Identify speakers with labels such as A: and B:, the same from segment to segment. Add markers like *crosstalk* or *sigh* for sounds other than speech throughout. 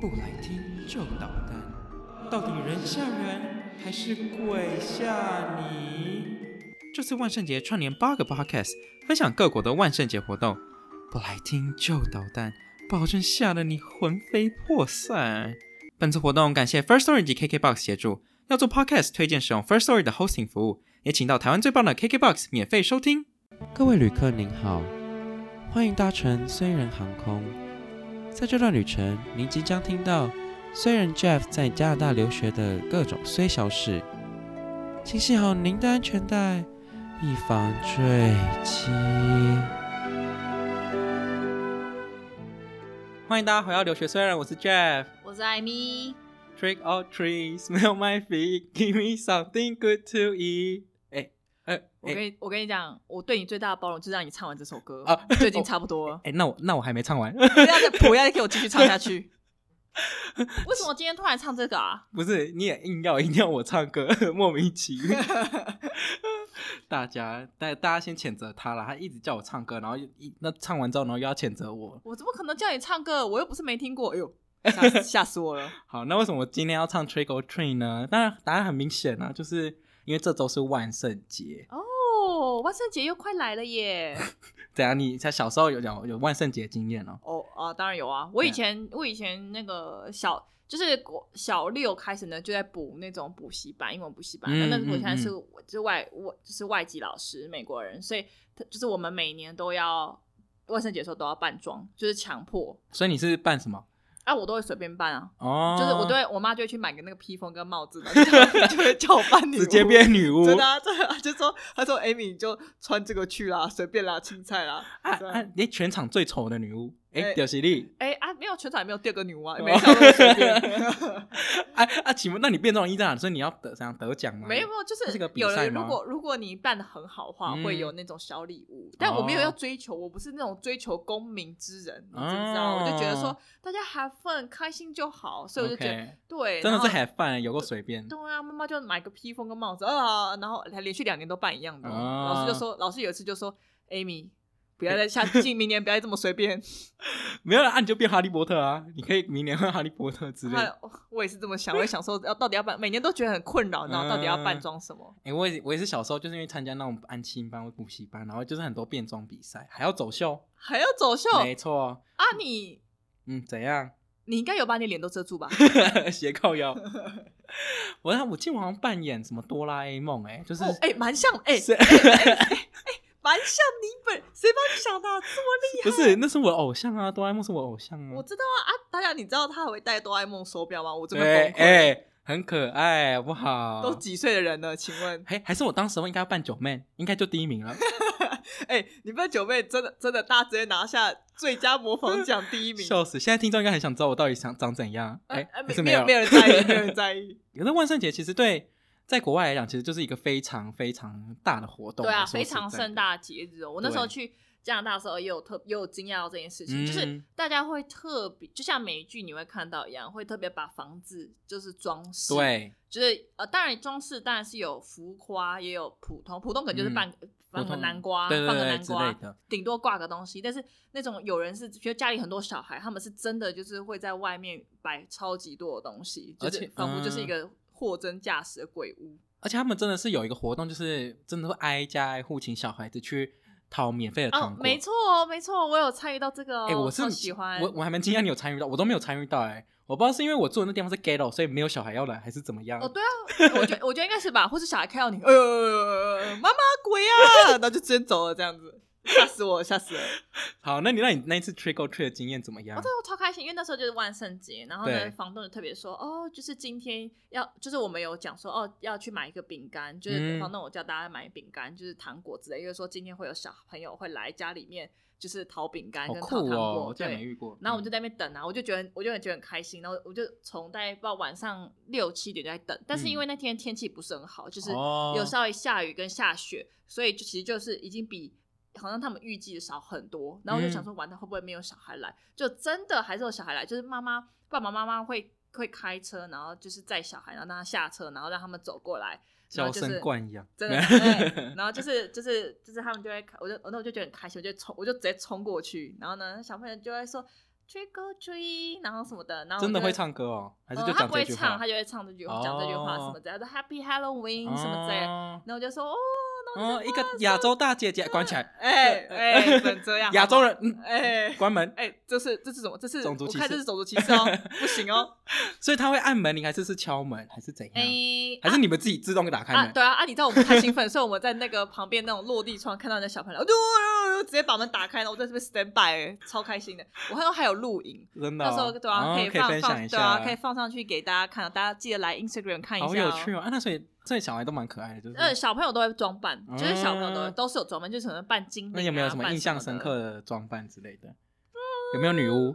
A: 不来听就捣蛋，到底人吓人还是鬼吓你？这次万圣节串联八个 podcast，分享各国的万圣节活动，不来听就捣蛋，保证吓得你魂飞魄散。本次活动感谢 First Story 及 KKBox 协助，要做 podcast 推荐使用 First Story 的 hosting 服务，也请到台湾最棒的 KKBox 免费收听。各位旅客您好，欢迎搭乘虽然航空。在这段旅程，您即将听到虽然 Jeff 在加拿大留学的各种虽小事，请系好您的安全带，以防坠机。欢迎大家回到留学虽然，我是 Jeff。
B: 我是艾米，
A: Trick or treat, smell my feet, give me something good to eat 哎。哎、呃
B: 我跟
A: 哎
B: 你、我跟你讲，我对你最大的包容就是让你唱完这首歌，
A: 啊
B: 就已经差不多了。
A: 哎，那我那我还没唱完，
B: 不要再不要再给我继续唱
A: *laughs*
B: 下去。为什么今天突然唱这个啊？
A: 不是你也硬要硬要我唱歌， *laughs* 莫名其
B: *laughs*
A: 妙。大家大大家先谴责他啦，他一直叫我唱歌，然后又一那唱完之后，然后又要谴责我。
B: 我怎么可能叫你唱歌？我又不是没听过。哎呦，吓死吓死我了！
A: 好，那为什么我今天要唱 Trick or Treat 呢？当然答案很明显啊，就是因为这周是万圣节。
B: *laughs* 哦，万圣节又快来了耶！
A: 怎样？你在小时候有有有万圣节经验哦？
B: 哦啊，当然有啊。我以
A: 对
B: 前我以前那个小就是国小六开始呢，就在补那种补习班，英文补习班。
A: 嗯
B: 那那个
A: 嗯
B: 我现在是
A: 嗯
B: 我就是外我就是外籍老师，美国人，所以他就是我们每年都要万圣节的时候都要扮装，就是强迫。
A: 所以你是扮什么？
B: 啊，我都会随便扮啊，
A: 哦，
B: 就是我对我妈就会去买个那个披风跟帽
A: *laughs*
B: 子，然后就就会叫我扮女巫，
A: 直接变女巫。
B: *laughs* 真的啊，真的啊，就说她说 Amy 你就穿这个去啦，随便啦，青菜啦，
A: *laughs* 啊
B: 对
A: 啊！你全场最丑的女巫，哎、
B: 哎
A: 欸，屌犀利！
B: 哎、啊，没有全场也没有第二个女巫啊，
A: 哦
B: 每场都随便。
A: 啊啊！请问，那你变装衣在哪？所以你要得怎样得奖吗？
B: 没有没有，就
A: 这
B: 是
A: 是个比
B: 有
A: 赛
B: 人
A: 吗
B: 如果如果你办的很好的话，
A: 嗯哦
B: 会有那种小礼物。但我没有要追求，我不是那种追求功名之人，你知不知道？
A: 哦
B: 我就觉得说大家 have fun 开心就好，所以我就觉得
A: OK
B: 对，
A: 真的
B: 然后
A: 是 have fun，有够欸随便。
B: 对啊，妈妈就买个披风跟帽子啊，然后还连续两年都办一样的哦。
A: 哦
B: 老师就说，老师有一次就说，Amy。不要再下，进明年不要再这么随
A: *laughs*
B: 便。
A: 没有啦，啊，你就变哈利波特啊！你可以明年换哈利波特之类的。
B: 我我也是这么想，我也想说，要到底要办，每年都觉得很困扰，然后到底要扮
A: 嗯
B: 装什么？
A: 哎、我也我也是小时候就是因为参加那种安亲班或补习班，然后就是很多变装比赛，还要走秀。
B: 还要走秀
A: 没错，
B: 啊你！
A: 嗯，怎样？ *laughs*
B: 你应该有把你脸都遮住吧？
A: 斜靠腰。
B: *laughs*
A: 我我记得我好像扮演什么哆啦 A 梦，哎， *laughs* 就是、
B: 哦，哎、蛮像，哎、
A: 是
B: 哎哎哎哎蛮像你本，谁帮你想的啊、这么厉
A: *laughs*
B: 害？
A: 不是，那是我的偶像啊，哆啦 A 梦是我的偶像啊。
B: 我知道啊啊！大家你知道他还会戴哆啦 A 梦手表吗？我这么
A: 对，
B: 崩溃，
A: 哎、很可爱，好不好？
B: 都几岁的人了？请问，
A: 还还是我当时候应该要扮九妹，应该就第一名了。
B: 哎、你们九妹真的真的，大家直接拿下最佳模仿奖第一名。
A: 笑死！现在听众应该很想知道我到底想长怎样。
B: 呃
A: 哎、
B: 呃
A: 可
B: 没
A: 是
B: 没
A: 有。
B: 没有人
A: *laughs*
B: 在意，没有人在意。
A: 可是万圣节其实对在国外来讲，其实就是一个非常非常大的活动。
B: 对啊，
A: 说实在
B: 非
A: 的
B: 常盛。大的节日哦。我那时候去加拿大的时候，也有特也有惊讶到这件事情，
A: 嗯
B: 就是大家会特别，就像美剧你会看到一样，会特别把房子就是装饰，，
A: 对，
B: 就是呃，当然装饰当然是有浮夸，也有普通，普通可能就是半放
A: 嗯普
B: 个
A: 通
B: 南瓜，
A: 对对
B: 放个
A: 对
B: 南
A: 之
B: 瓜
A: 类的，
B: 顶多挂个东西。但是那种有人是，觉得家里很多小孩，他们是真的就是会在外面摆超级多的东西，就
A: 而且
B: 是仿佛就
A: 嗯
B: 是一个货真价实的鬼屋。
A: 而且他们真的是有一个活动，就是真的会挨家挨户请小孩子去讨免费的糖
B: 哦，
A: 果。
B: 没。错哦，没错，我有参与到这个哦，
A: 哎、我是
B: 超喜欢。
A: 我我还蛮惊讶你有参与到，我都没有参与到哎、我不知道是因为我住的那地方是 ghetto，所以没有小孩要来，还是怎么样？
B: 哦，对啊，我觉我觉得应该是吧，或是小孩看到你，哎呦哎呦，哎呦妈妈鬼啊， *laughs* 然后就直接走了这样子，吓死我，吓死了。
A: 好，那你那你那一次 trick or treat 的经验怎么样？
B: 哦，对，我超开心，因为那时候就是万圣节，然后
A: 对
B: 呢，房东就特别说，哦，就是今天要，就是我们有讲说，哦，要去买一个饼干，就
A: 嗯
B: 是房东我叫大家买饼干，就是糖果之类，因为说今天会有小朋友会来家里面，就是讨饼干
A: 好
B: 跟讨
A: 酷
B: 糖
A: 哦！
B: 果，
A: 我竟然没
B: 对。
A: 遇过。
B: 然后我就
A: 嗯
B: 在那边等啊，我就觉得我就觉得很开心，然后我就从大概不知道晚上六七点就在等，但是因为那天天气不是很好，就是
A: 嗯哦
B: 有稍微下雨跟下雪，所以就其实就是已经比好像他们预计的少很多。然后
A: 嗯
B: 我就想说，完了会不会没有小孩来？就真的还是有小孩来，就是妈妈、爸爸妈妈会会开车，然后就是载小孩，然后让他下车，然后让他们走过来，
A: 娇
B: 然后就是
A: 生惯养，
B: 真的，
A: *laughs*
B: 对，然后就是就是就是他们就会，我就我那我就觉得很开心，我就冲我就直接冲过去，然后呢，小朋友就会说 trick or treat，然后什么的，然后
A: 真的
B: 我就
A: 会，唱歌哦，还是
B: 嗯
A: 就
B: 他
A: 讲
B: 不
A: 这
B: 会
A: 句
B: 唱，
A: 话
B: 他？就会唱这句话，讲这句话
A: 哦
B: 什么之类的，Happy Halloween 什么之类的，
A: 哦
B: 然后我就说
A: *laughs*
B: 哦，那我就
A: 哦，一个亚洲大姐姐关起来，
B: 哎哎，怎么这样？
A: *laughs* 亚洲人，嗯，
B: 哎
A: 关门。
B: 哎，这是这是什么？这是
A: 种族
B: 我
A: 歧
B: 看
A: 视
B: 这是种族歧
A: *laughs*
B: 视哦，不行哦。
A: 所以他会按门铃，还是是敲门，还是怎样？
B: 哎，
A: 还是你们自己自动打开
B: 啊，
A: 门？
B: 对啊，啊，你知道我们太兴奋，所以我们在那个旁边那种落地窗看到人家小朋友，我就我就我就直接把门打开，然后我在这边 stand by，哎超开心的。我还有还有录影，
A: 真的哦、
B: 到时候对啊
A: 哦
B: 可
A: 可
B: 以放
A: 分享一
B: 放对
A: 下，
B: 啊可以放上去给大家看，啊大家记得来 Instagram 看一
A: 好
B: 下
A: 有
B: 哦。
A: 趣哦！啊，那所以这小孩都蛮可爱的，就是。
B: 呃，小朋友都会装扮，就是小朋友都会
A: 嗯
B: 都是有装扮，就是可能扮精灵啊。
A: 那有没有什么
B: 扮
A: 印象深
B: 的
A: 刻的装扮之类的？
B: 嗯
A: 有没有女巫？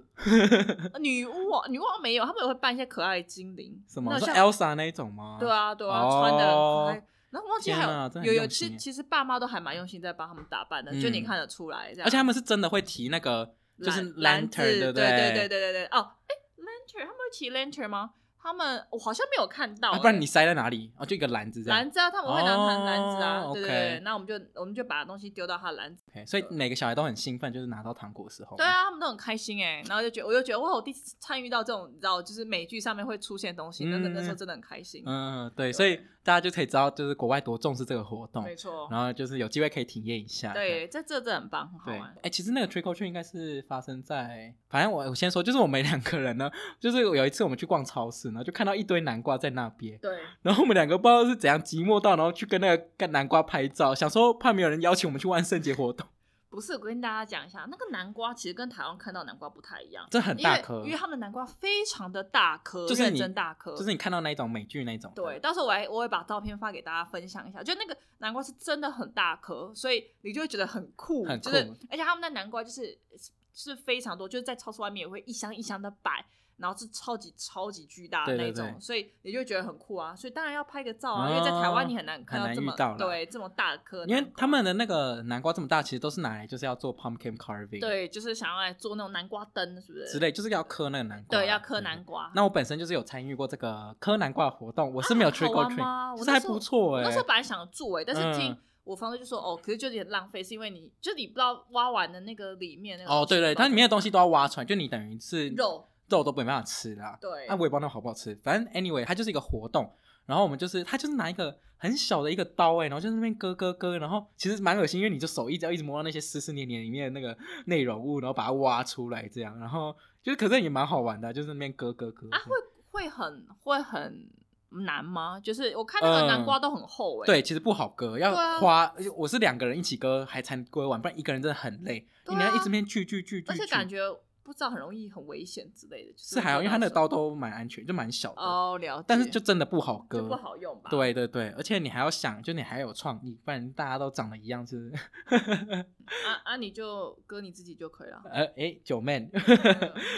B: 呃女巫哦，女巫好像没有，他们也会扮一些可爱的精灵，
A: 什么
B: 那
A: 说
B: 像
A: Elsa 那一种吗？
B: 对，啊，对啊，
A: 哦
B: 穿的很可爱。然后忘记还
A: 天哪
B: 有
A: 真的很
B: 有有，
A: 用
B: 其
A: 心
B: 实
A: 耶
B: 其实爸妈都还蛮用心在帮他们打扮的，就你
A: 嗯
B: 看得出来这样。
A: 而且他们是真的会提那个，就是
B: 篮篮
A: lantern，
B: 子
A: 不对
B: 对对对对对。哦，哎，lantern，他们会骑 lantern 吗？他们我好像没有看到
A: 啊
B: 欸。
A: 不然你塞在哪里？哦，就一个篮子这样
B: 篮。子啊，他们会拿弹篮子啊，
A: 哦
B: 对对对
A: OK。
B: 那我们就我们就把东西丢到他的篮子。
A: OK，所以每个小孩都很兴奋，就是拿到糖果的时候。
B: 对，啊，他们都很开心哎，然后就觉得我就觉得哇，我第一次参与到这种你知道，就是美剧上面会出现的东西，那那那时候
A: 嗯
B: 真的很开心。
A: 嗯，对，所以大家就可以知道，就是国外多重视这个活动
B: 没，错，
A: 然后就是有机会可以体验一下。这样
B: 对，这这这很棒，很好
A: 对，
B: 玩
A: 哎、。其实那个 trick or treat 应该是发生在，反正我我先说，就是我们两个人呢，就是有一次我们去逛超市，然后就看到一堆南瓜在那边，
B: 对，
A: 然后我们两个不知道是怎样寂寞到，然后去跟那个干南瓜拍照，想说怕没有人邀请我们去万圣节活动，
B: 不是，我跟大家讲一下，那个南瓜其实跟台湾看到南瓜不太一样，
A: 这很大颗
B: 因为因，为他们的南瓜非常的大颗，
A: 就是
B: 认
A: 你
B: 真大颗，
A: 就是你看到那一种美剧那一种，
B: 对。，到时候我还我会把照片发给大家分享一下，就那个南瓜是真的很大颗，所以你就会觉得很酷，
A: 很
B: 就是
A: 酷
B: 而且他们的南瓜就是是非常多，就是在超市外面也会一箱一箱的摆。然后是超级超级巨大
A: 对
B: 的那
A: 对
B: 种，
A: 对
B: 所以你就会觉得很酷啊，所以当然要拍个照啊，因为在台湾你很难看
A: 哦很难
B: 到这么
A: 遇到啦
B: 对这么大颗的南
A: 因
B: 瓜，
A: 为他们的那个南瓜这么大，其实都是拿来就是要做 pumpkin carving，，
B: 对就是想要来做那种南瓜灯，是不是？
A: 之类，就是要磕那个南瓜，
B: 对，要磕南
A: 瓜。
B: 瓜。
A: 那我本身就是有参与过这个磕南瓜的活动，我是没有
B: 啊啊
A: trick
B: 好
A: or
B: 玩
A: treat，、
B: 吗
A: 其
B: 我
A: 实
B: 那
A: 还
B: 时候
A: 不错
B: 我
A: 哎、
B: 那时候本来想做哎、但是听
A: 嗯
B: 我房东就说哦，可是就有点浪费，是因为你就你不知道挖完的那个里面那个
A: 哦，对对，它里面的东
B: 西
A: 西都要挖出来，就你等于是
B: 肉，
A: 肉都没办法吃啦。
B: 对，
A: 啊那、我也不知道那好不好吃，反正 anyway，它就是一个活动。然后我们就是，他就是拿一个很小的一个刀哎、然后就在那边割割割，然后其实蛮恶心，因为你就手一直要一直摸到那些湿湿黏黏里面的那个内容物，然后把它挖出来这样，然后就是可是也蛮好玩的啊，就是那边割割割。
B: 啊会会很会很难吗？就是我看那个
A: 嗯
B: 南瓜都很厚哎、
A: 对，其实不好割，要
B: 对啊
A: 花。而且我是两个人一起割，还才割完，不然一个人真的很累，
B: 对啊
A: 你要一直面锯锯锯锯。
B: 而且
A: 锯
B: 感觉不知道很容易很危险之类的，就是
A: 还好，因为它那个
B: 刀
A: 刀都蛮安全，就蛮小的。
B: 哦了解，
A: 但是就真的不好割，
B: 就不好用吧？，
A: 对对对，而且你还要想，就你还有创意，不然大家都长得一样，是 *laughs* 不是？。
B: 啊啊你就割你自己就可以了
A: *laughs* 呃，哎，九妹，
B: 嗯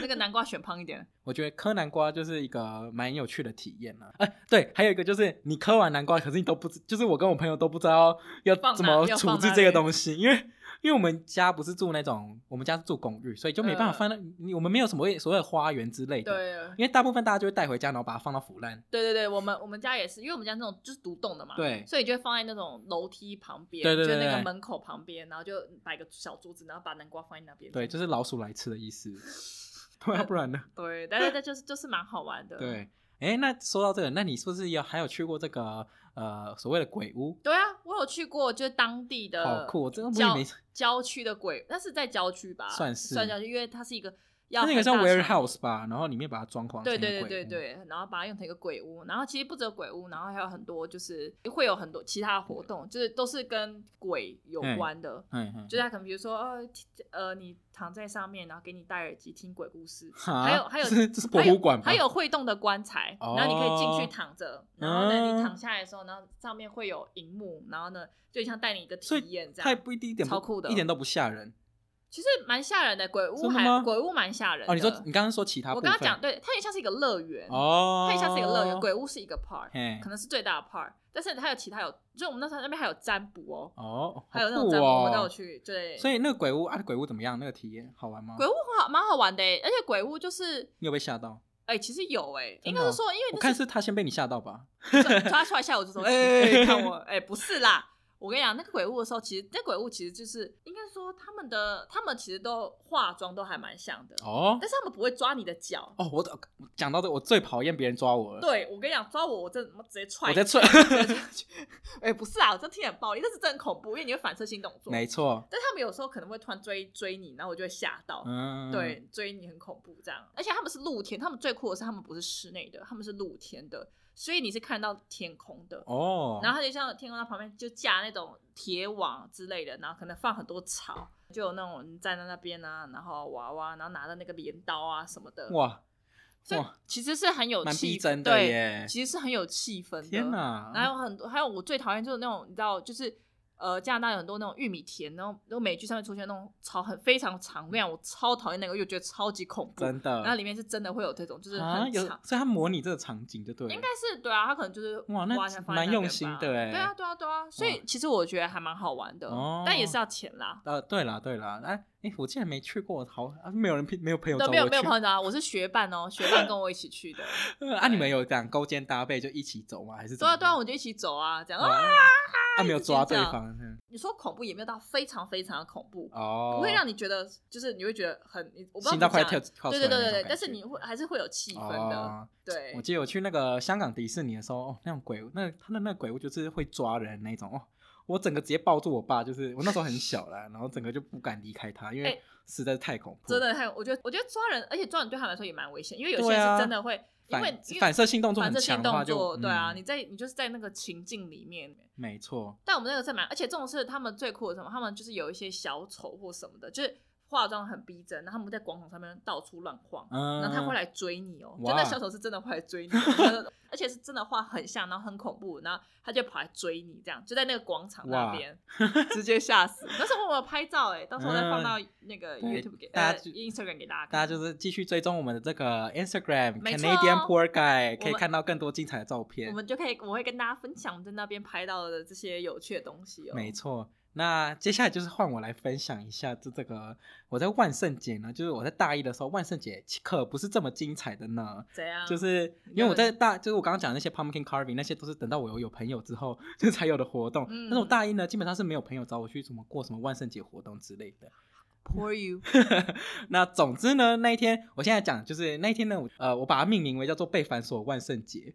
B: 那个南瓜选胖
A: *laughs*
B: 一点，
A: 我觉得磕南瓜就是一个蛮有趣的体验了、啊。哎、对，还有一个就是你磕完南瓜，可是你都不知，就是我跟我朋友都不知道要
B: 放哪
A: 怎么
B: 要
A: 处
B: 放
A: 置
B: 哪
A: 这个
B: 里
A: 东西，因为因为我们家不是住那种，我们家是住公寓，所以就没办法
B: 嗯
A: 放到、你我们没有什么所谓的花园之类的，
B: 对。
A: 因为大部分大家就会带回家，然后把它放到腐烂。
B: 对对对，我们我们家也是，因为我们家那种就是独栋的嘛，
A: 对
B: 所以就会放在那种楼梯旁边，
A: 对对对
B: 就那
A: 对
B: 个门口旁边，然后就摆个小桌子，然后把南瓜放在那边。
A: 对，就是老鼠来吃的意思。 *laughs* 对啊，不
B: *laughs*
A: 然呢？
B: 对，但是但就是就是蛮好玩的。
A: 对，哎，那说到这个，那你是不是有还有去过这个呃所谓的鬼屋？
B: 对啊，我有去过，就是当地的
A: 好酷，我真的不
B: 郊
A: 没，
B: 郊区的鬼，那是在郊区吧？
A: 算是
B: 算郊区，因为它是一个要
A: 它那个
B: 很
A: 叫
B: 大场地
A: warehouse 吧，然后里面把它装潢成
B: 对
A: 一个
B: 对对
A: 鬼
B: 对
A: 屋，
B: 对，然后把它用成一个鬼屋，然后其实不只有鬼屋，然后还有很多就是会有很多其他的活动，就是都是跟鬼有
A: 嗯
B: 关的。
A: 嗯嗯，
B: 就他可能比如说，呃，听呃，你躺在上面，然后给你戴耳机听鬼故事，
A: 哈
B: 还有还有
A: 这是这是博物馆吧
B: 还有还有会动的棺材，
A: 哦
B: 然后你可以进去躺着，然后呢，
A: 嗯
B: 你躺下来的时候，然后上面会有荧幕，然后呢，就像带你一个体
A: 所以
B: 验这
A: 它也
B: 样，
A: 不一定一点
B: 超
A: 不
B: 酷的
A: 一点都不吓人
B: 其实蛮吓人的。鬼屋
A: 真的
B: 还
A: 吗
B: 鬼屋蛮吓人的。
A: 哦。你说你刚刚说其他部
B: 我
A: 分，
B: 刚刚讲，对，它也像是一个乐园，
A: 哦，
B: 它也像是一个乐园，鬼屋是一个 part，
A: 嘿
B: 可能是最大的 part，但是还有其他有，就我们那时候那边还有占卜哦，
A: 哦，
B: 还有那
A: 好
B: 种
A: 酷
B: 占卜，我们都有
A: 哦。
B: 去，对。
A: 所以那个鬼屋啊，鬼屋怎么样？那个体验好玩吗？
B: 鬼屋很好，蛮好玩的欸，而且鬼屋就是，
A: 你有被吓到？
B: 哎、其实有哎、
A: 真
B: 应
A: 的
B: 该是
A: 哦
B: 说，因为
A: 我
B: 那
A: 看是他先被你吓到吧。 *laughs*
B: 抓抓出来吓我就说，哎、看我，哎、不是啦，我跟你讲，那个鬼屋的时候，其实那鬼屋其实就是应该说他们的，他们其实都化妆都还蛮像的，
A: 哦
B: 但是他们不会抓你的脚。
A: 哦，我的讲到这，我最讨厌别人抓我了，
B: 对，我跟你讲，抓我，我真的直接踹
A: 我
B: 你。
A: 在踹，
B: 哎、不是啊，我这听起来很暴力，但是真的很恐怖，因为你会反射性动作。
A: 没
B: *laughs*
A: 错，
B: 但他们有时候可能会突然追追你，然后我就会吓到。
A: 嗯，
B: 对，追你很恐怖这样。而且他们是露天，他们最酷的是他们不是室内的，他们是露天的，所以你是看到天空的。
A: 哦，
B: 然后他就像天空它旁边就架那种铁网之类的，然后可能放很多草，就有那种人站在那边啊，然后娃娃，然后拿着那个镰刀啊什么的，
A: 哇
B: 所以
A: 哇，
B: 其实是很有
A: 蛮
B: 气
A: 逼
B: 氛
A: 真的耶
B: 对，其实是很有气氛的。
A: 天
B: 然
A: 哪，
B: 后很多，还有我最讨厌就是那种，你知道，就是呃，加拿大有很多那种玉米田，然后那种美剧上面出现那种草很非常长，我跟你讲，我超讨厌那个，又觉得超级恐怖。
A: 真的，
B: 然后里面是真的会有这种，就是
A: 啊
B: 很
A: 有，
B: 长，
A: 所以他模拟这个场景就对了，
B: 应该是对啊，他可能就是
A: 哇那
B: 挖起来放在
A: 蛮
B: 那
A: 用
B: 边
A: 心
B: 吧
A: 的欸
B: 对啊，对啊，对啊，所以其实我觉得还蛮好玩的
A: 哦，
B: 但也是要钱啦。
A: 呃，对啦对啦，哎、哎，我竟然没去过，好，啊、没有人没有朋友找
B: 对，
A: 我
B: 没有没有
A: 去
B: 朋友啊，我是学伴哦，学伴跟我一起去
A: *laughs*
B: 的。
A: 呃啊，你们有这样勾肩搭背就一起走吗？还是怎
B: 对
A: 么
B: 啊
A: 样？
B: 对啊，我就一起走啊，这样
A: 啊
B: 啊。
A: 啊，没有抓
B: 直接
A: 对
B: 这样
A: 方嗯
B: 你说恐怖也没有到非常非常的恐怖，
A: 哦，
B: 不会让你觉得就是你会觉得很，你我不知道
A: 心
B: 怎
A: 脏
B: 么
A: 快
B: 讲
A: 跳，跳出
B: 对
A: 来
B: 对
A: 那
B: 对
A: 种
B: 对对，
A: 感
B: 但是
A: 觉
B: 你会还是会有气氛的，
A: 哦
B: 对
A: 我。记得我去那个香港迪士尼的时候，哦，那种鬼屋，那他的那个鬼屋就是会抓人那种哦。我整个直接抱住我爸，就是我那时候很小啦，然后整个就不敢离开他，因为
B: 哎
A: 实在是太恐怖，
B: 真的太，我觉得我觉得抓人，而且抓人对他们来说也蛮危险，因为有些
A: 对
B: 人
A: 啊
B: 是真的会，因
A: 反
B: 为因为
A: 反射性动作
B: 反
A: 很
B: 射性
A: 强的话
B: 动
A: 就
B: 作，对啊，
A: 嗯
B: 你在你就是在那个情境里面。
A: 没错，
B: 但我们那个是蛮，而且这种是他们最酷的是什么？他们就是有一些小丑或什么的，就是化妆很逼真，然后他们在广场上面到处乱晃，
A: 嗯，
B: 然后他会来追你哦、
A: 哇
B: 就那小丑是真的会来追
A: *laughs*
B: 你哦， *laughs* 而且是真的画很像，然后很恐怖，然后他就跑来追你，这样就在那个广场那边直接吓死。但是我有拍照哎、到时候我再放到那个
A: 嗯对
B: YouTube 给
A: 大
B: 呃
A: 家就
B: Instagram 给大家看，
A: 大家就是继续追踪我们的这个 Instagram
B: 没错哦
A: Canadian Poor Guy，可以
B: 我们
A: 看到更多精彩的照
B: 我
A: 片。
B: 们就可以我会跟大家分享我们在那边拍到的这些有趣的东西哦、
A: 没错，那接下来就是换我来分享一下，这这个我在万圣节呢，就是我在大一的时候，万圣节可不是这么精彩的呢。
B: 怎样？
A: 就是因为我在大，就是我刚刚讲的那些 pumpkin carving 那些都是等到我有有朋友之后，就是才有的活动。但
B: 嗯
A: 是我大一呢，基本上是没有朋友找我去什么过什么万圣节活动之类的。
B: Poor you，
A: 那总之呢，那一天我现在讲就是那一天呢，我呃，我把它命名为叫做被反锁万圣节。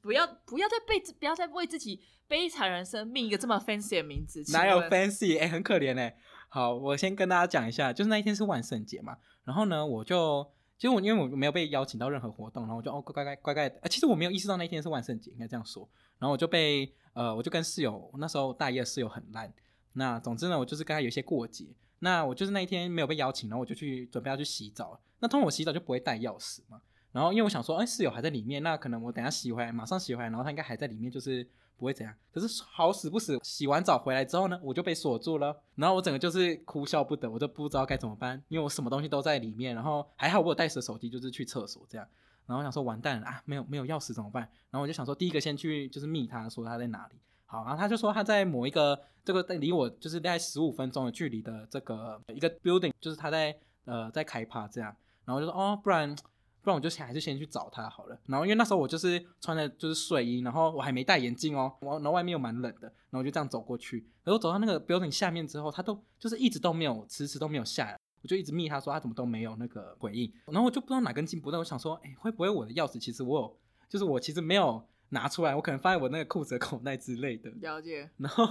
B: 不要不要再被自不要再为自己悲惨人生命一个这么 fancy 的名字，
A: 哪
B: 请
A: 有
B: 问
A: fancy？哎、很可怜哎、好，我先跟大家讲一下，就是那一天是万圣节嘛，然后呢，我就其实我因为我没有被邀请到任何活动，然后我就哦乖乖乖乖乖的、呃其实我没有意识到那一天是万圣节，应该这样说。然后我就被呃，我就跟室友，那时候大一的室友很烂。那总之呢，我就是跟他有一些过节。那我就是那一天没有被邀请，然后我就去准备要去洗澡。那通常我洗澡就不会带钥匙嘛。然后因为我想说，哎、室友还在里面，那可能我等一下洗回来，马上洗回来，然后他应该还在里面，就是不会怎样。可是好死不死，洗完澡回来之后呢，我就被锁住了，然后我整个就是哭笑不得，我都不知道该怎么办，因为我什么东西都在里面。然后还好我有带着手机，就是去厕所这样。然后我想说完蛋了啊，没有没有钥匙怎么办？然后我就想说，第一个先去就是密他，说他在哪里。好，然后他就说他在某一个这个离我就是大概十五分钟的距离的这个一个 building，就是他在呃在开趴这样。然后我就说哦，不然不然我就先还是先去找他好了。然后因为那时候我就是穿的就是睡衣，然后我还没戴眼镜哦，我然后外面又蛮冷的，然后我就这样走过去。然后走到那个 building 下面之后，他都就是一直都没有，迟迟都没有下来。我就一直密他说他怎么都没有那个回应，然后我就不知道哪根筋不对，我想说，哎、会不会我的钥匙其实我有，就是我其实没有拿出来，我可能放在我那个裤子的口袋之类的。
B: 了解，
A: 然后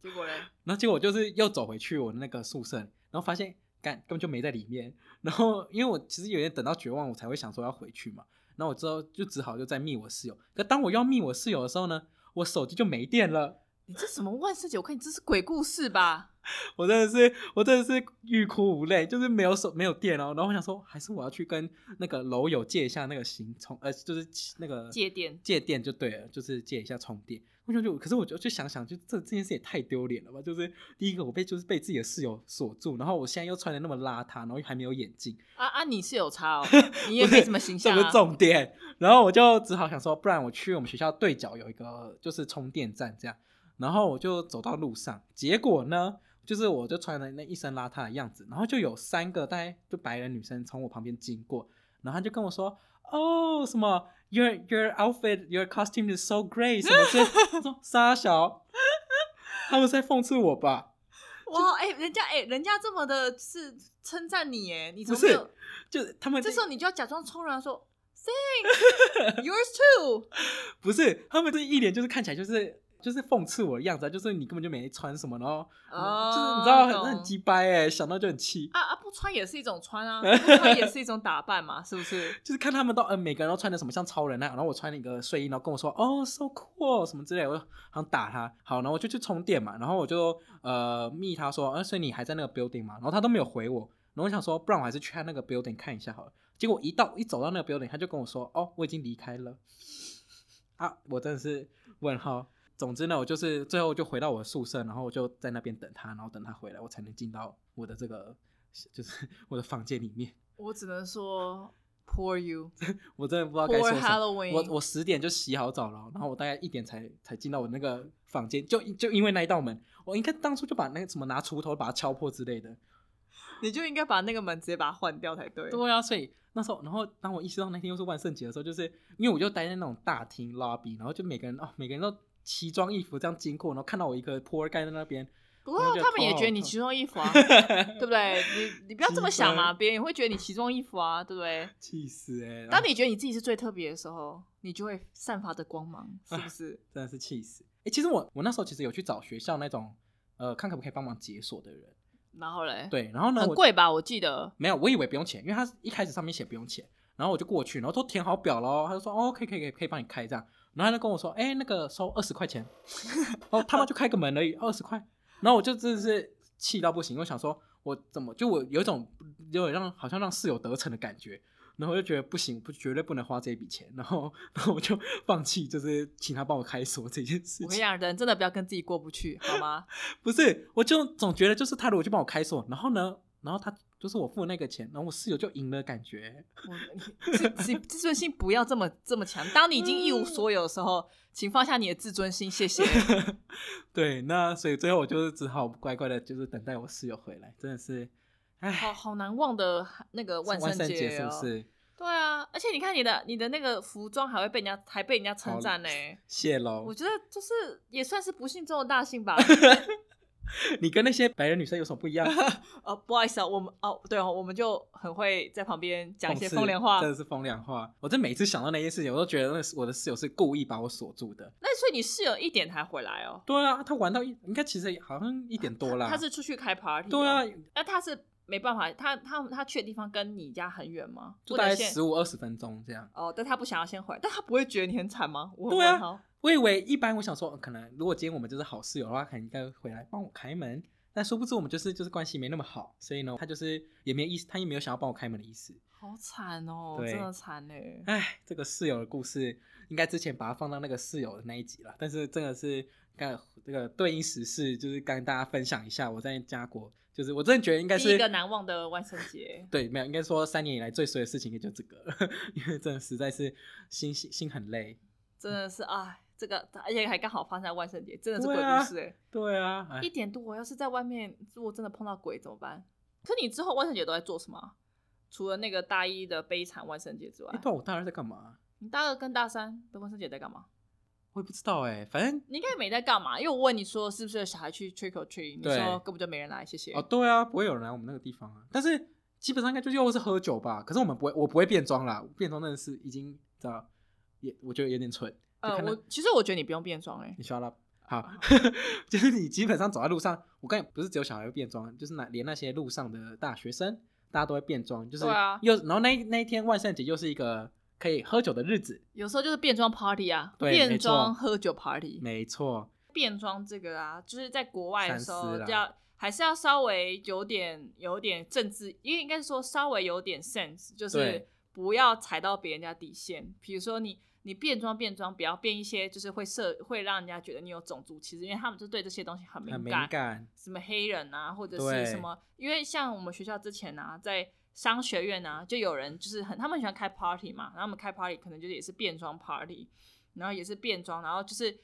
B: 结果嘞，
A: 然后结果我就是又走回去我那个宿舍，然后发现干根本就没在里面。然后因为我其实有点等到绝望，我才会想说要回去嘛。然后我之后就只好就在密我室友。可当我要密我室友的时候呢，我手机就没电了。
B: 你这什么万圣节？我看你这是鬼故事吧？
A: 我真的是，我真的是欲哭无泪，就是没有手没有电哦。然后我想说，还是我要去跟那个楼友借一下那个行充，呃，就是那个
B: 借电
A: 借电就对了，就是借一下充电。我就就，可是我就就想想，就这这件事也太丢脸了吧？就是第一个，我被就是被自己的室友锁住，然后我现在又穿的那么邋遢，然后又还没有眼镜，
B: 啊啊！你是有
A: *laughs*
B: 差哦，你也没什么形
A: 这
B: 象
A: 不是
B: 啊。
A: 重点。 *laughs* 然后我就只好想说，不然我去我们学校对角有一个就是充电站这样。然后我就走到路上，结果呢，就是我就穿了那一身邋遢的样子，然后就有三个大概就白人女生从我旁边经过，然后她就跟我说：“哦，什么 your
B: *laughs*
A: your outfit your costume is so great，什么是我说傻小。”他们在讽刺我吧？
B: 哇，哎、人家哎、人家这么的是称赞你哎，你怎
A: 不
B: 么没
A: 是
B: 有？，
A: 就是他们
B: 这
A: 在
B: 时候你就要假装冲
A: *laughs*
B: 然说 Thanks, yours too。
A: 不是他们这一脸就是看起来就是就是讽刺我的样子啊，就是你根本就没穿什么，然后、
B: 哦，
A: 就是你知道很
B: 懂
A: 很鸡掰哎，想到就很气。
B: 啊啊，不穿也是一种穿
A: *laughs*
B: 啊，不穿也是一种打扮嘛，是不是？
A: 就是看他们都嗯、呃每个人都穿的什么像超人那样，然后我穿了一个睡衣，然后跟我说哦 so cool 什么之类的，我就想打他。好，然后我就去充电嘛，然后我就呃密他说，呃，所以你还在那个 building 嘛？然后他都没有回我，然后我想说，不然我还是去他那个 building 看一下好了。结果一到一走到那个 building，他就跟我说哦我已经离开了。 *laughs* 啊，我真的是问号。总之呢，我就是最后就回到我的宿舍，然后我就在那边等他，然后等他回来，我才能进到我的这个 *laughs* 就是我的房间里面。
B: 我只能说，poor you，poor
A: 我真的不知道该说什么。
B: Halloween。
A: 我我十点就洗好澡了，然后我大概一点才才进到我那个房间，就就因为那一道门，我应该当初就把那个什么拿锄头把它敲破之类的。
B: 你就应该把那个门直接把它换掉才对。
A: 对啊，所以那时候，然后当我意识到那天又是万圣节的时候，就是因为我就待在那种大厅 lobby，然后就每个人哦，每个人都奇装异服这样经过，然后看到我一个 poor guy 在那边，
B: 不
A: 我
B: 过
A: 就觉得
B: 他们也
A: 头
B: 觉得
A: 好
B: 你
A: 痛
B: 奇装异服啊，对不对？你你不要这么想嘛，别人也会觉得你奇装异服啊，对不对？
A: 气死哎、欸！
B: 当
A: 你
B: 你觉得你自己是最特别的时候，你就会散发着光芒，是
A: *laughs*
B: 不是？
A: 真的是气死哎、欸其实我我那时候其实有去找学校那种呃，看可不可以帮忙解锁的人，
B: 然后嘞，，
A: 对，然后呢，
B: 很
A: 我
B: 贵吧？我记得
A: 没有，我以为不用钱，因为他一开始上面写不用钱，然后我就过去，然后都填好表喽，他就说哦，可以可以可以可以帮你开这样，然后他就跟我说，哎、那个收二十块
B: *laughs*
A: 钱，哦，他妈就开个门而已，哦二十块，然后我就真的是气到不行，我想说我怎么就我有一种有点让好像让室友得逞的感觉。然后我就觉得不行，不绝对不能花这笔钱，然后，然后我就放弃，就是请他帮我开锁这件事
B: 我跟你
A: 情。
B: 讲，人真的不要跟自己过不去，好吗？
A: 不是，我就总觉得就是他如果去帮我开锁，然后呢，然后他就是我付那个钱，然后我室友就赢了感觉。
B: 我自自自尊心不要这么这么强。当你已经一无所有的时候，请放下你的自尊心，
A: *laughs*
B: 谢谢。
A: 对，那所以最后我就是只好乖乖的，就是等待我室友回来，真的是，唉，
B: 好好难忘的那个万
A: 圣
B: 圣
A: 节
B: 节
A: 是
B: 哦
A: 不是？
B: 对啊，而且你看你的你的那个服装还会被人家还被人家称
A: 好
B: 赞呢。
A: 谢喽
B: 我，觉得就是也算是不幸中的大
A: *laughs*
B: 幸吧。
A: 你跟那些白人女生有什么不一样？
B: 哦，不好意思啊，我们哦，对哦，我们就很会在旁边讲一些
A: 讽刺
B: 风凉话
A: 真。的是风凉话。我真每次想到那件事情，我都觉得那是我的室友是故意把我锁住的。
B: 那所以你室友一点才回来哦？
A: 对啊，他玩到一，应该其实好像一点多啦。
B: 他是出去开 party？、
A: 对啊，，
B: 那他是没办法，他他他去的地方跟你家很远吗？
A: 就
B: 不
A: 大
B: 能
A: 概
B: 先
A: 十五二十分钟这样。
B: 哦，但他不想要先回来，但他不会觉得你很惨吗？我很
A: 对啊
B: 问号，
A: 我以为一般，我想说，呃可能如果今天我们就是好室友的话，可能应该回来帮我开门。但殊不知我们就是就是关系没那么好，所以呢，他就是也没意思，他也没有想要帮我开门的意思。
B: 好惨哦，
A: 对
B: 真的惨哎。
A: 唉，这个室友的故事应该之前把它放到那个室友的那一集了，但是真的是刚这个对应时事，就是跟大家分享一下我在家国，就是我真的觉得应该
B: 第一
A: 是，
B: 个难忘的万圣节
A: 对，没有应该说三年以来最衰的事情也就这个了， *laughs* 因为真的实在是心心心很累。
B: 真的是哎，这个而且还刚好发生在万圣节，真的是鬼
A: 对啊
B: 故事哎。
A: 对啊，唉
B: 一点多，我要是在外面，如果真的碰到鬼怎么办？可你之后万圣节都在做什么啊？除了那个大一的悲惨万圣节之外
A: 哎，，对啊，我大二在干嘛？
B: 你大二跟大三的万圣节在干嘛？
A: 我也不知道哎、反正
B: 你应该也没在干嘛，因为我问你说是不是有小孩去 trick or treat，你
A: 对
B: 说根本就没人来，谢谢。
A: 哦，对啊，不会有人来我们那个地方啊。但是基本上应该就是又是喝酒吧。可是我们不会，我不会变装啦，变装真的是已经知道，也我觉得有点蠢。就
B: 呃，
A: 看到
B: 我其实我觉得你不用变装哎、
A: 你 shut up。好， *laughs* 就是你基本上走在路上，我刚才不是只有小孩会变装，就是那连那些路上的大学生，大家都会变装，就是
B: 对啊
A: 又然后那一那一天万圣节又是一个可以喝酒的日子，
B: 有时候就是变装 party 啊，
A: 对
B: 变
A: 没错
B: 装喝酒 party，
A: 没错，
B: 变装这个啊，就是在国外的时候
A: 三思啦
B: 要还是要稍微有点有点政治，因为应该是说稍微有点 sense，就是
A: 对
B: 不要踩到别人家底线。比如说你你变装变装，不要变一些就是会设会让人家觉得你有种族歧视，因为他们就对这些东西很敏
A: 很敏
B: 感，
A: 感，
B: 什么黑人啊，或者是
A: 对
B: 什么，因为像我们学校之前啊，在商学院啊，就有人就是很他们很喜欢开 party 嘛，然后我们开 party 可能就是也是变装 party，然后也是变装，然后就是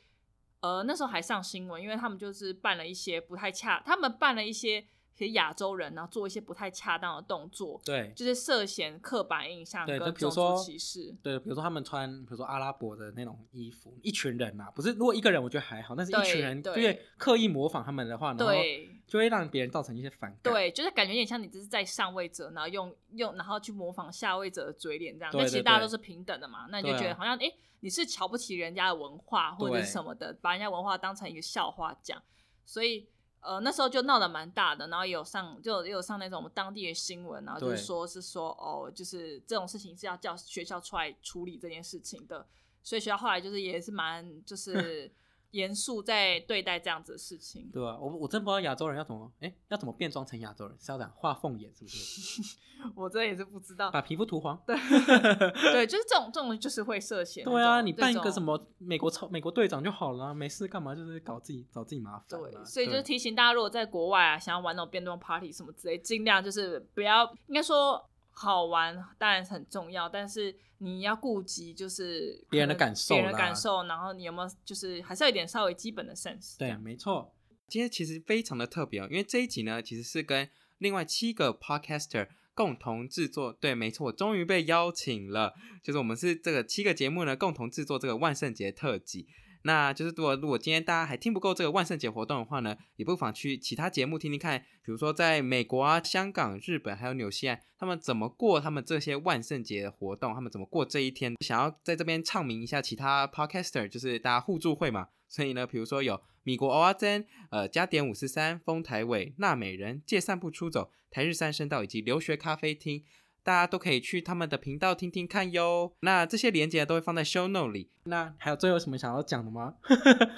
B: 呃那时候还上新闻，因为他们就是办了一些不太恰，他们办了一些些亚洲人，然后做一些不太恰当的动作，
A: 对
B: 就是涉嫌刻板印象
A: 对
B: 跟
A: 就比如
B: 种
A: 说
B: 族歧视。
A: 对，比如说他们穿，比如说阿拉伯的那种衣服，一群人呐、不是如果一个人我觉得还好，但是一
B: 对
A: 群人就
B: 对
A: 会刻意模仿他们的话，然后
B: 对
A: 就会让别人造成一些反感。
B: 对，就是感觉有点像你只是在上位者，然后用用然后去模仿下位者的嘴脸这样，
A: 对
B: 但
A: 对
B: 其实大家
A: 对
B: 都是平等的嘛，那你就
A: 对啊
B: 觉得好像哎、诶你是瞧不起人家的文化或者
A: 对
B: 是什么的，把人家文化当成一个笑话讲，所以。呃，那时候就闹得蛮大的，然后也有上就也有上那种当地的新闻，然后就是
A: 对
B: 说是说哦，就是这种事情是要叫学校出来处理这件事情的，所以学校后来就是也是蛮就是 *laughs* 严肃在对待这样子的事情。
A: 对啊，我我真不知道亚洲人要怎么，哎，要怎么变装成亚洲人？是要讲画凤眼是不
B: *laughs*
A: 是？
B: 我这也是不知道，
A: 把皮肤涂黄？
B: 对
A: *laughs*
B: 对，就是这种这种就是会涉嫌那种。
A: 对啊，你办一
B: 这
A: 个
B: 种
A: 什？么美国超美国队长就好了啊、没事干嘛就是搞自己找自己麻烦啊、
B: 对，所以就是
A: 对
B: 提醒大家，如果在国外啊，想要玩那种变动 party 什么之类，尽量就是不要，应该说好玩当然很重要，但是你要顾及就是可
A: 别人的
B: 能
A: 感受
B: 别人的
A: 啦
B: 感受，然后你有没有就是还是要有一点稍微基本的 sense 这
A: 对，啊
B: 样。
A: 没错。今天其实非常的特别哦，因为这一集呢，其实是跟另外七个 podcaster 共同制作。对，没错，我终于被邀请了，就是我们是这个七个节目呢共同制作这个万圣节特辑。那就是如果如果今天大家还听不够这个万圣节活动的话呢，也不妨去其他节目听听看，比如说在美国啊、香港、日本还有纽西兰，他们怎么过他们这些万圣节的活动，他们怎么过这一天。想要在这边唱名一下其他 podcaster，就是大家互助会嘛。所以呢，比如说有米国欧阿珍、呃加点五四三、丰台伟、娜美人、借散步出走、台日三声道以及留学咖啡厅，大家都可以去他们的频道听听看哟。那这些连接都会放在 show note 里。那还有最后有什么想要讲的吗？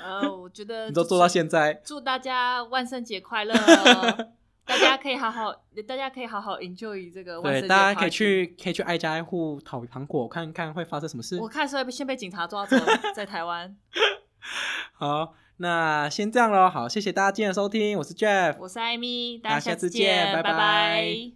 B: 呃，我觉得
A: 你都做到
B: 在。
A: 现在，
B: 祝大家万圣节
A: *laughs*
B: 快乐！大家可以好好，大家可以好好 enjoy 这个万
A: 对，
B: 圣节。
A: 大家可以。去可以去挨家挨户讨糖果，看看会发生什么事
B: 我。看是会被先被警察抓走，在台湾。
A: 好，那先这样喽。好，谢谢大家今天的收听，我是 Jeff，
B: 我是艾米，大
A: 大
B: 家
A: 家下
B: 下
A: 次
B: 次
A: 见
B: 见，
A: 拜
B: 拜
A: 拜
B: 拜